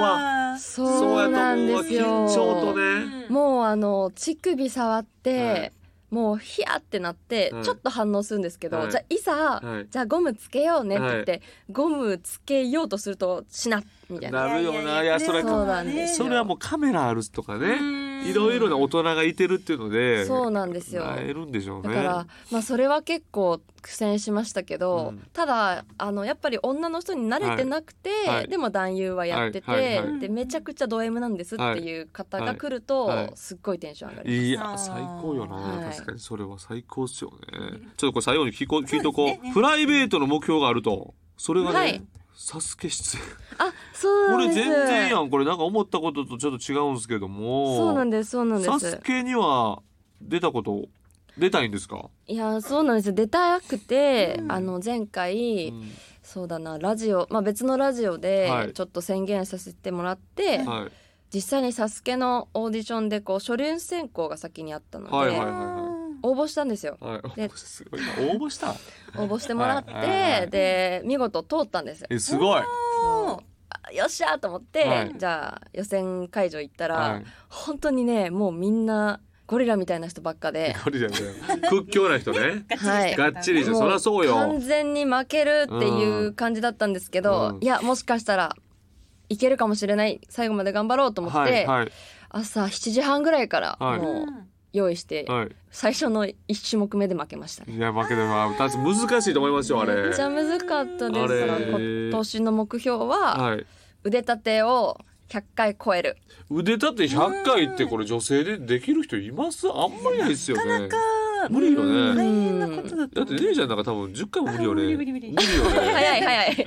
Speaker 1: わ
Speaker 3: そうなんですよ
Speaker 2: そうやと思うわ緊張とね。
Speaker 3: もうあの乳首触って、
Speaker 2: はい
Speaker 3: もうヒヤってなって、
Speaker 2: はい
Speaker 3: ちょっと反応するんですけど、
Speaker 2: はい
Speaker 3: じゃあいざ、
Speaker 2: はい
Speaker 3: じゃあゴムつけようねって言って、ゴムつけようとするとしなみたいな
Speaker 2: なるよないやそれ
Speaker 3: そうなんです
Speaker 2: それはもうカメラあるとかね。
Speaker 1: ね
Speaker 2: いろいろな大人がいてるっていうので。
Speaker 3: そう
Speaker 2: う
Speaker 3: なんですよ
Speaker 2: えるんでしょう
Speaker 3: だ
Speaker 2: ね。
Speaker 3: から、まあ、それは結構苦戦しましたけど、
Speaker 2: うん
Speaker 3: ただあのやっぱり女の人に慣れてなくて、
Speaker 2: はい
Speaker 3: でも男優はやってて、
Speaker 2: はいはい
Speaker 1: はい
Speaker 3: でめちゃくちゃド M なんですっていう方が来ると、
Speaker 2: はい
Speaker 3: すっごいテンション上がります
Speaker 2: いや最高よな、
Speaker 3: はい
Speaker 2: 確かにそれは最高っすよねちょっとこれ最後に聞こ聞いとこう
Speaker 1: そうですね
Speaker 2: プライベートの目標があるとそれがね、
Speaker 3: はい
Speaker 2: サスケ出演
Speaker 3: あそう
Speaker 2: こ
Speaker 3: なん
Speaker 2: れ
Speaker 3: です
Speaker 2: 全然やんこれなんか思ったこととちょっと違うんですけども
Speaker 3: そうなんですそうなんで
Speaker 2: サス
Speaker 3: す
Speaker 2: ケには出たこと出たいんですか、
Speaker 3: いやそうなんです出たくて、
Speaker 1: うん
Speaker 3: あの前
Speaker 2: う
Speaker 3: 回、
Speaker 2: ん
Speaker 3: そうだなラジオ、まあ、別のラジオ
Speaker 2: は
Speaker 3: で
Speaker 2: い
Speaker 3: ちょっと宣言させてもらって、
Speaker 2: はい、
Speaker 3: 実際に「サスケのオーディションでこう初輪選考が先にあったので、
Speaker 2: はいはい
Speaker 3: 応募したんですよ
Speaker 2: はい、
Speaker 3: です
Speaker 2: ごいな応募した
Speaker 3: 応募してもらって、
Speaker 2: はいはいはい
Speaker 3: で見事通ったんですよ。
Speaker 2: えすごい
Speaker 3: そうあよっしゃーと思って、
Speaker 2: はい
Speaker 3: じゃあ予選会場行ったら、
Speaker 2: はい
Speaker 3: 本当にねもうみんなゴリラみたいな人ばっかで。
Speaker 2: これじゃない屈強な人 ね
Speaker 3: はい
Speaker 2: がっちりじゃそりゃそう
Speaker 3: も完
Speaker 2: よ
Speaker 3: 全に負けるっていう感じだったんですけど、
Speaker 2: うん
Speaker 3: いやもしかしたらいけるかもしれない最後まで頑張ろうと思って、
Speaker 2: はいはい
Speaker 3: 朝7時半ぐらいから
Speaker 2: はい
Speaker 3: もう用意して、
Speaker 2: はい
Speaker 3: 最初の1種目目で負けましたね。
Speaker 2: いや負けてまあ確かに難しいと思いますよあれ
Speaker 3: めっちゃ難かったです
Speaker 2: あれ
Speaker 3: 今年の目標は
Speaker 2: はい
Speaker 3: 腕立てを100回超える
Speaker 2: 腕立て100回ってこれ女性でできる人いますあんまりないですよ
Speaker 1: なかな
Speaker 2: ね
Speaker 1: か。
Speaker 2: 無理よ
Speaker 1: 大
Speaker 2: ね。
Speaker 1: 変なことだと
Speaker 2: だって
Speaker 1: 思う。
Speaker 2: 姉ちゃんなんか多分10回も無理よね。
Speaker 1: 無理無理無理
Speaker 2: よね。
Speaker 3: 早い早い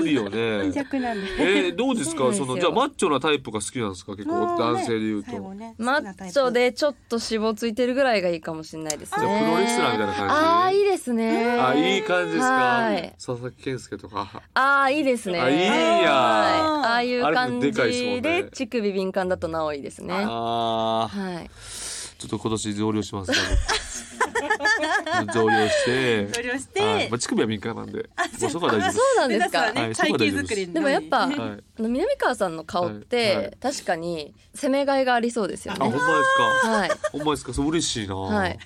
Speaker 2: 無理 よね。
Speaker 1: 弱なんで。
Speaker 2: えー、どうですか
Speaker 3: そうなんです
Speaker 2: そ
Speaker 3: よ
Speaker 2: のじゃあマッチョなタイプが好きなんですか結構
Speaker 1: もうね
Speaker 2: 男性で言うと。
Speaker 1: 最後ね
Speaker 3: マッチョ。でちょっと脂肪ついてるぐらいがいいかもしれないですね
Speaker 2: じゃあプロレスラーみたいな感じ
Speaker 3: ああいいですね
Speaker 2: あいい感じですか
Speaker 3: はい。
Speaker 2: 佐々木健介とか。
Speaker 3: ああいいですね
Speaker 2: あいいや
Speaker 3: はいああいう
Speaker 2: あれも
Speaker 3: 感
Speaker 2: で
Speaker 3: じ
Speaker 2: かいですもんね
Speaker 3: で乳首敏感だとなおいいですねは
Speaker 2: ああ
Speaker 3: い
Speaker 2: ちょっと今年増量しますね。僕増量して。
Speaker 1: それをし
Speaker 2: はい、
Speaker 1: て
Speaker 2: まあ、。乳首は敏感なんで、もうそこは大丈夫で
Speaker 3: そ
Speaker 2: す。
Speaker 3: うなんです
Speaker 1: は
Speaker 3: か
Speaker 2: ね
Speaker 1: ね、体型作りに
Speaker 3: でもやっぱ、
Speaker 1: うん
Speaker 2: はい
Speaker 3: あの南川さんの顔っ
Speaker 2: はいはい
Speaker 3: て確かに攻めがいがありそうですよ
Speaker 2: あ、ほんまで
Speaker 3: ね
Speaker 2: すか。
Speaker 3: はい
Speaker 2: ほんまですか、そう嬉しいな。
Speaker 3: はい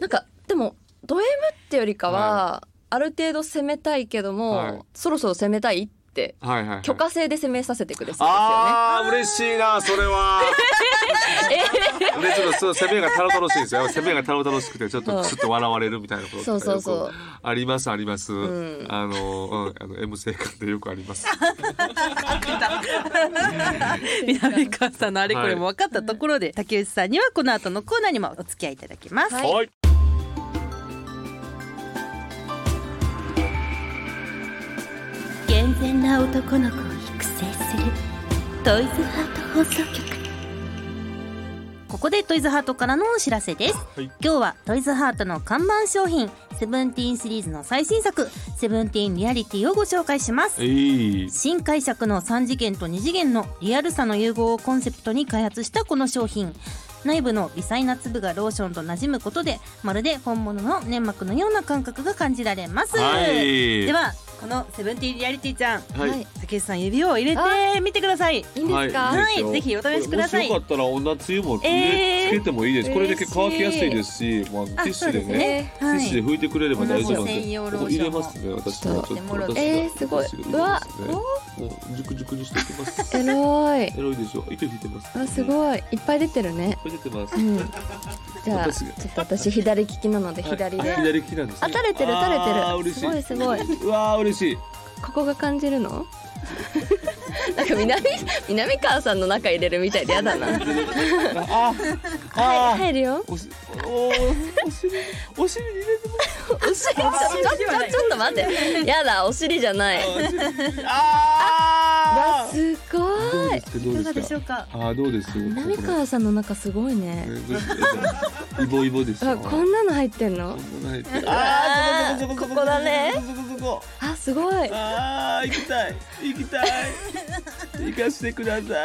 Speaker 3: なんかでもド M ってよりかはある程度攻めたいけど
Speaker 2: はい
Speaker 3: もそろそろ攻めたいって
Speaker 2: はいはいはい
Speaker 3: 許可制で攻めさせてくれそうですよね
Speaker 2: ああ、嬉しいな、それは。で、ちょっと、そう、攻めがたろたろしいんですよ。攻めがたろたろしくて、ちょっと、
Speaker 3: うん
Speaker 2: くすっと笑われるみたいなこととか。
Speaker 3: そうそうそう
Speaker 2: よくあります、あります。
Speaker 3: ん
Speaker 2: あの、うん、あの、M 性感でよくあります。
Speaker 1: 南川さんのあれこれも分かったところで、竹内さんにはこの後のコーナーにもお付き合いいただきます、
Speaker 3: はい
Speaker 2: はい。
Speaker 4: 健全な男の子を育成するトイズハート放送局
Speaker 1: ここでトイズハートからのお知らせです、
Speaker 2: はい
Speaker 1: 今日はトイズハートの看板商品セブンティーンシリーズの最新作セブンティーンリアリティをご紹介します
Speaker 2: えい。
Speaker 1: 新解釈の3次元と2次元のリアルさの融合をコンセプトに開発したこの商品内部の微細な粒がローションと馴染むことでまるで本物の粘膜のような感覚が感じられます、
Speaker 2: はい。
Speaker 1: ではこのセブンティーンリアリティちゃん
Speaker 2: はい。
Speaker 3: はい
Speaker 1: 竹内さん指を入れてみてください
Speaker 3: いいんですか、
Speaker 2: はい
Speaker 1: はいぜひお試しください
Speaker 2: これもしよかったら女つゆも入
Speaker 1: え
Speaker 2: れ
Speaker 1: ー
Speaker 2: つけてもいいです。これだけ乾きやすい
Speaker 3: 嬉
Speaker 2: ですし、まあティッシュで
Speaker 1: そう
Speaker 2: ね
Speaker 1: です。
Speaker 3: え
Speaker 2: ティッシュで
Speaker 1: い
Speaker 2: 拭いてくれれば大丈夫なん
Speaker 1: はいこの専
Speaker 2: で
Speaker 1: 用
Speaker 2: こ
Speaker 1: ロ
Speaker 2: こ
Speaker 1: ーショ
Speaker 2: 入れ
Speaker 1: ンも
Speaker 2: ますね。私もちょっと私が
Speaker 3: えーすごい
Speaker 2: 私が入れますね
Speaker 3: うわ
Speaker 2: もうジュクジュクにしていきます。
Speaker 3: エロい
Speaker 2: エロいでしょ。糸引いてます。
Speaker 3: あす
Speaker 2: い。
Speaker 3: ごいいっぱい出てるね
Speaker 2: これ出てます
Speaker 3: う。んじゃあ
Speaker 2: 私
Speaker 3: ちょ
Speaker 2: が
Speaker 3: っと私左利きなので左
Speaker 2: はいあ左利
Speaker 3: で
Speaker 2: きなんですね。
Speaker 3: あ垂れてる垂れてる
Speaker 2: あー嬉しい。
Speaker 3: すごいすご
Speaker 2: う
Speaker 3: い。
Speaker 2: わー嬉しい。
Speaker 3: ここが感じるの なんか南南川さんの中入れるみたいでやだな
Speaker 2: あああー。
Speaker 3: 入るよ
Speaker 2: おしおーお尻お尻に入れてます。
Speaker 3: お尻ちょちょちょちょっと待ってやだお尻じゃない
Speaker 2: お尻
Speaker 3: わ
Speaker 2: あー
Speaker 3: すごい
Speaker 2: どうですかどうですか。
Speaker 1: ょうか
Speaker 2: あーどうです。
Speaker 3: 南川さんの中すごいね
Speaker 2: イボイボです
Speaker 3: あ
Speaker 2: よ。
Speaker 3: こんなの入ってんの
Speaker 2: あ
Speaker 3: あーここだねあすごい
Speaker 2: あー行きたい行きたい行かしてください。あーすごい。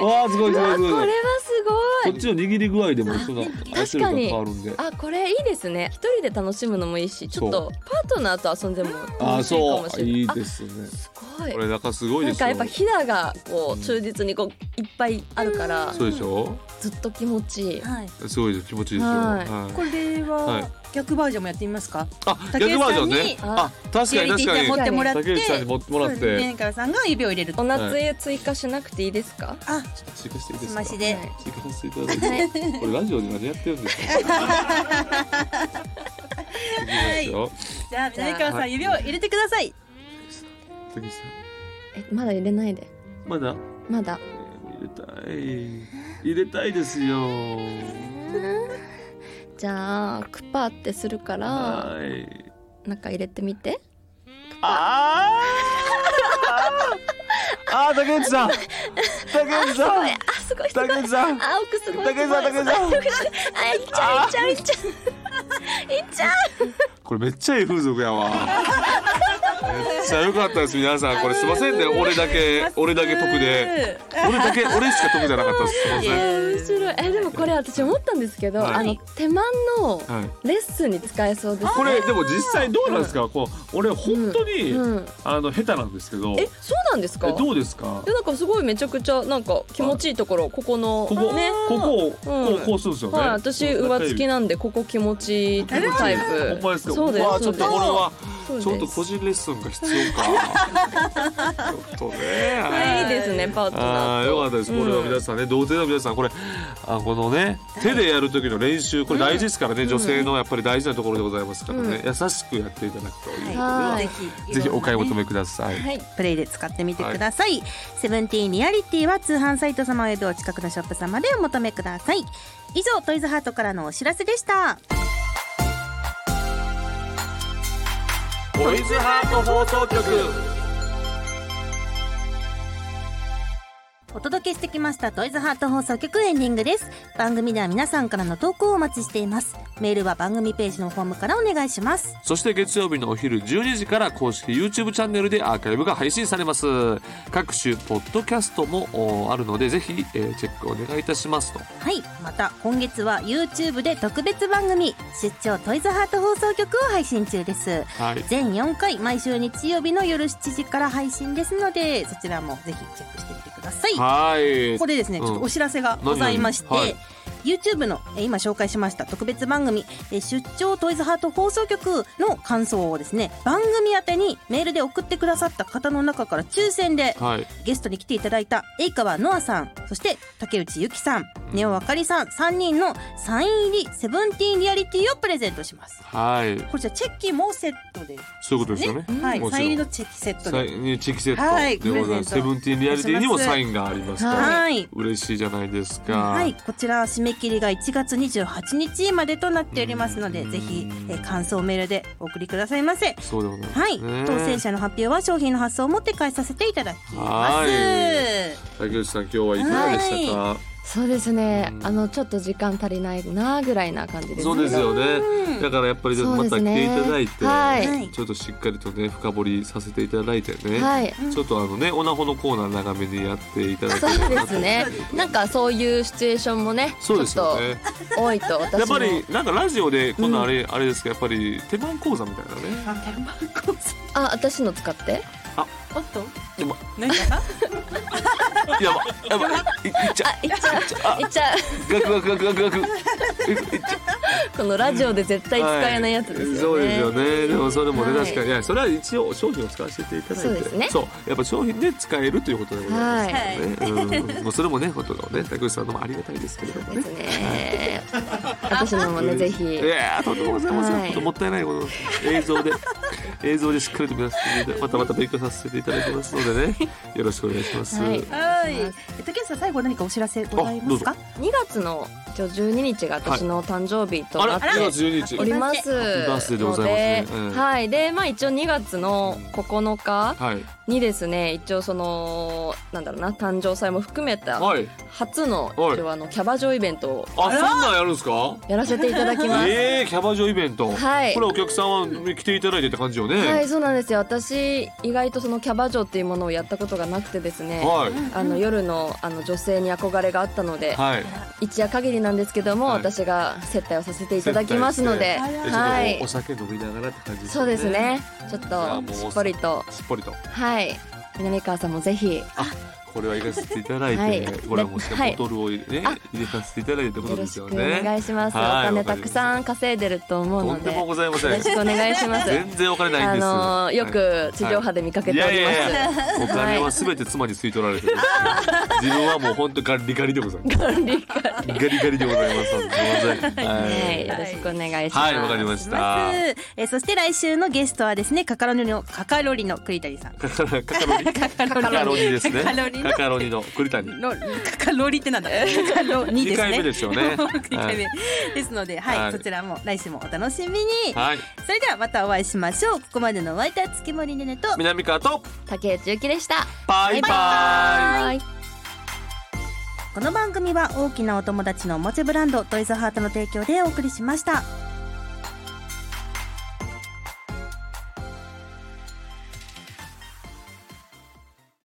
Speaker 3: う
Speaker 2: わあ
Speaker 3: わ
Speaker 2: す
Speaker 3: こ
Speaker 2: ごいすごい
Speaker 3: れ
Speaker 2: すご。
Speaker 3: はいす
Speaker 2: こ
Speaker 3: ご
Speaker 2: っ
Speaker 3: い
Speaker 2: ちの握り具合でもその圧力
Speaker 3: 確
Speaker 2: が
Speaker 3: か
Speaker 2: 変
Speaker 3: に
Speaker 2: わるんで。
Speaker 3: あこれいいですね一人で楽しむのもいいしちょっとパートナーと遊んでも
Speaker 2: あー
Speaker 3: 楽しいかも
Speaker 2: そ
Speaker 3: し
Speaker 2: う
Speaker 3: れない
Speaker 2: いいですね。
Speaker 3: あすごい
Speaker 2: これ中すごい
Speaker 3: な
Speaker 2: で
Speaker 3: ん
Speaker 2: すよ。
Speaker 3: かやっぱひだがこう忠実にこういっぱいあるから
Speaker 2: そうでしょ。
Speaker 3: ずっと気持ちいい
Speaker 1: はい
Speaker 2: すごいです気持ちいいですよ。
Speaker 3: はい
Speaker 2: はい
Speaker 1: これ
Speaker 2: はい
Speaker 1: は逆バージョンもやってみますか
Speaker 2: あ逆バージョン
Speaker 1: 竹内
Speaker 2: ね。
Speaker 3: さんに
Speaker 2: あ確かに
Speaker 1: リアリ
Speaker 2: 確
Speaker 1: ティちゃん持
Speaker 2: かに。
Speaker 1: ってもらって
Speaker 2: 竹内さんに持ってもらっ
Speaker 1: そうです
Speaker 2: て
Speaker 1: ね川さんが指を入れる
Speaker 3: お
Speaker 1: と
Speaker 3: 夏へ追加しなくていいですか
Speaker 1: あ
Speaker 2: 追加していいで
Speaker 1: つ
Speaker 2: す
Speaker 1: ま
Speaker 2: か。
Speaker 1: しで
Speaker 2: 追加させていただいて。これラジオで何やってるんですか。いきますよ。
Speaker 1: じゃあ南川さ
Speaker 2: はい
Speaker 1: ん指を入れてください
Speaker 2: 竹内さ
Speaker 3: えまだ入れないで
Speaker 2: ん。まだ
Speaker 3: まだ
Speaker 2: えー入れたい。入れたいですよ。
Speaker 3: じゃあクパってするから
Speaker 2: はい。
Speaker 3: なんか入れてみて
Speaker 2: あーあー。竹内さん。竹内さん。
Speaker 3: あすごいすごい
Speaker 2: 竹内さん。
Speaker 3: あ奥すごいすごい
Speaker 2: 竹内さん竹内さん
Speaker 3: あいっちゃういっちゃういっちゃういっちゃう
Speaker 2: これめっちゃいい風俗やわ。めっちゃ良かったです皆さん。これすいませんね。俺だけ俺だけ得で。俺だ け俺しか得じゃなかったです。すいま
Speaker 1: い
Speaker 2: せん。
Speaker 1: え
Speaker 3: 面白いえでもこれ私思ったんですけど、
Speaker 2: はい
Speaker 3: あの手間
Speaker 2: は
Speaker 3: の
Speaker 2: い。
Speaker 3: レッスンに使えそうですね
Speaker 2: これでも実際どうなんですか、こう俺本当に、
Speaker 3: うん、
Speaker 2: あの下手なんですけど
Speaker 3: えそうなんですか
Speaker 2: えどうですか
Speaker 3: いやなんかすごいめちゃくちゃなんか気持ちいいところここの
Speaker 2: ここ、
Speaker 3: ね
Speaker 2: ここをこう,、
Speaker 3: うん
Speaker 2: こうするんですよね、
Speaker 3: はい私上付きなんでここ気持ちいいタイ
Speaker 2: ほ
Speaker 3: プ
Speaker 2: んまですか
Speaker 3: そうです
Speaker 2: わあちょっとこれは
Speaker 3: そうです
Speaker 2: ちょっと個人レッスンが必要かちょっとね。はい
Speaker 3: いいですねパート
Speaker 2: あ
Speaker 3: ナー
Speaker 2: あ
Speaker 3: と
Speaker 2: よかったです。これは皆さんね、童貞の皆さんこれあこのね手でやる時の練習これ大事ですからね、女性のやっぱり大事なところでございますからね、優しくやっていただくということでは
Speaker 3: はい
Speaker 1: ひ
Speaker 2: ぜひお買い求
Speaker 1: め
Speaker 2: めください。
Speaker 3: はい
Speaker 1: プレイで使ってみてください、セブンティーンリアリティは通販サイト様およびお近くのショップ様でお求めください以上トイズハートからのお知らせでした
Speaker 2: ボイズハート放送局。
Speaker 1: お届けしてきましたトイズハート放送局エンディングです番組では皆さんからの投稿をお待ちしていますメールは番組ページのフォームからお願いします
Speaker 2: そして月曜日のお昼12時から公式 YouTube チャンネルでアーカイブが配信されます。各種ポッドキャストもおあるのでぜひ、えーチェックお願いいたしますと。
Speaker 1: はいまた今月は YouTube で特別番組出張トイズハート放送局を配信中です
Speaker 2: はい。
Speaker 1: 全4回毎週日曜日の夜7時から配信ですのでそちらもぜひチェックしてみてください
Speaker 2: はい。
Speaker 1: ここでですね、
Speaker 2: うん
Speaker 1: ちょっとお知らせがございまして、
Speaker 2: 何々はい
Speaker 1: YouTube のえー今紹介しました特別番組「えー出張トイズハート放送局」の感想をですね番組宛てにメールで送ってくださった方の中から抽選で
Speaker 2: はい。
Speaker 1: ゲストに来ていただいた栄川ノアさんそして竹内ゆきさんネオあかりさん3人のサイン入りセブンティーンリアリティをプレゼントします。
Speaker 2: はい。
Speaker 1: こちらチェッキもセットで
Speaker 2: そういうことですよね。
Speaker 1: はい、
Speaker 2: もちろん
Speaker 1: サイン入りのチェキセット
Speaker 2: サ
Speaker 1: で
Speaker 2: インチェキセッ
Speaker 1: はい
Speaker 2: トでございます。
Speaker 1: プレゼント
Speaker 2: セブンティーンリアリティにもサインがありますから、
Speaker 1: はい
Speaker 2: 嬉しいじゃないですか。
Speaker 1: はい、こちら締め切りが1月28日までとなっておりますので、
Speaker 2: うん
Speaker 1: ぜひ、えー感想メールでお送りくださいませ。
Speaker 2: そうでございます。
Speaker 1: はい、
Speaker 2: ね
Speaker 1: 当選。者の発表は商品の発送をもって返させていただきます。
Speaker 2: は竹内さん今日はいかがでしたか。
Speaker 3: そうですね、
Speaker 2: うん
Speaker 3: あのちょっと時間足りないなぐらいな感じですね
Speaker 2: そうですよね。だからやっぱりちょっとまた来ていただいて、
Speaker 3: はい
Speaker 1: はい
Speaker 2: ちょっとしっかりとね深掘りさせていただいてね。
Speaker 3: はい
Speaker 2: ちょっとあのねオナホのコーナー長めにやっていただいて。
Speaker 3: そうですねなんかそういうシチュエーションもね
Speaker 2: そうですよね。
Speaker 3: ちょっと多いと私も
Speaker 2: やっぱりなんかラジオでこんなあれ、あれですけどやっぱり手番講座みたいなね。
Speaker 3: あ私の使って
Speaker 1: おっと、
Speaker 2: でも
Speaker 1: 何か
Speaker 2: やばやばいいっちゃ
Speaker 3: いっちゃう
Speaker 2: あ
Speaker 3: いっちゃう
Speaker 2: ガクガクガクガクガク。いいっちゃ
Speaker 3: このラジオで絶対使えないやつですよね、
Speaker 2: そうですよねでもそれもね、
Speaker 3: はい
Speaker 2: 確かにいやそれは一応商品を使わせていただいて
Speaker 3: そうですね
Speaker 2: そうやっぱ商品で使えるということでございますからね、うんもうそれもね本当のね竹内さんのもありがたいですけれども
Speaker 3: で
Speaker 2: ね
Speaker 3: すね私のもねぜひ
Speaker 2: いやーとんでもございません、
Speaker 3: はい
Speaker 2: 本当もったいないことです映像で 映像でしっかりと皆さんまたまた勉強させていただきますのでねよろしくお願いします、
Speaker 3: はい
Speaker 1: はい、え竹内さん、最後何かお知らせございますか。
Speaker 3: 2月の一応12日が私の誕生日と
Speaker 2: あ
Speaker 3: な
Speaker 2: ら
Speaker 3: って
Speaker 2: 2月12日
Speaker 3: おります
Speaker 2: ッピーバースデーでご
Speaker 3: の
Speaker 2: ざいますね
Speaker 3: で
Speaker 2: うん
Speaker 3: はいでまあ一応2月の9日
Speaker 2: はい
Speaker 3: にですね一応そのなんだろうな誕生祭も含めた
Speaker 2: はい
Speaker 3: 初の
Speaker 2: はい
Speaker 3: 一応あのキャバ嬢イベントを
Speaker 2: あそんなんやるんですか
Speaker 3: やらせていただきます
Speaker 2: ええー、キャバ嬢イベント、
Speaker 3: はい
Speaker 2: これお客さんは来ていただいてって感じよね
Speaker 3: はいそうなんですよ私意外とそのキャバ嬢っていうものをやったことがなくてですね
Speaker 2: はい
Speaker 3: あの夜のあの女性に憧れがあったので、
Speaker 2: はい。
Speaker 3: 一夜限りなんですけども、
Speaker 2: はい
Speaker 3: 私が接待をさせていただきますの
Speaker 2: 接
Speaker 3: で、
Speaker 2: 待して
Speaker 3: は
Speaker 2: ちょっとお
Speaker 3: い
Speaker 2: お、酒飲みながらって感じですね。
Speaker 3: そうです。ね、ちょっ
Speaker 2: ゃあ
Speaker 3: と
Speaker 2: もう
Speaker 3: しっぽりと、
Speaker 2: すっぽりと。
Speaker 3: はい、南川さんもぜひ、よ
Speaker 2: これは行かせていただいて、
Speaker 3: はい
Speaker 2: これはもうしかも
Speaker 3: はい
Speaker 2: ボトルをね、
Speaker 3: あ
Speaker 2: 入れさせていただいてってことで
Speaker 3: ろ
Speaker 2: す
Speaker 3: しく
Speaker 2: よ
Speaker 3: お
Speaker 2: ね。
Speaker 3: 願いします。お
Speaker 2: はい
Speaker 3: 金
Speaker 2: わか
Speaker 3: た
Speaker 2: りま
Speaker 3: く
Speaker 2: した
Speaker 3: さん稼いでると思う
Speaker 2: と
Speaker 3: の
Speaker 2: ん
Speaker 3: で、
Speaker 2: でも
Speaker 3: よ
Speaker 2: ございませ
Speaker 3: ろ
Speaker 2: ん。
Speaker 3: しくお願いします。
Speaker 2: 全然お金ないん
Speaker 3: あ
Speaker 2: です。
Speaker 3: のーよく地上波で見かけ
Speaker 2: い
Speaker 3: てお
Speaker 2: やい
Speaker 3: ります。
Speaker 2: やいや、お金はすべて妻に吸い取られ てる。自分はもう本当ガリガリでございます。
Speaker 3: ガリガリ
Speaker 2: ガリガリでございます。すみません。
Speaker 3: はい、よろしくお願いしま
Speaker 2: は
Speaker 3: す。
Speaker 2: い、わかりま
Speaker 1: し
Speaker 2: した
Speaker 1: ま。す。えーそして来週のゲストはですね、カカロニのカカロリの栗谷さん。
Speaker 2: カカロニ、カカロニですね。
Speaker 1: カカロニの
Speaker 2: カカロニの栗谷。
Speaker 1: のカカロリってなんだ。カカロニですね。
Speaker 2: 二回目ですよね
Speaker 1: 二回目
Speaker 2: は
Speaker 1: ですので、はい、
Speaker 2: はい
Speaker 1: そちらも来週もお楽しみに。
Speaker 2: はい、
Speaker 1: それではまたお会いしましょう。ここまでのお相手は月森ねねと。
Speaker 2: 南川と。
Speaker 3: 竹内ゆきでした。
Speaker 2: バイバイ。
Speaker 3: はい。
Speaker 1: この番組は大きなお友達のおもちゃブランドトイズハートの提供でお送りしました。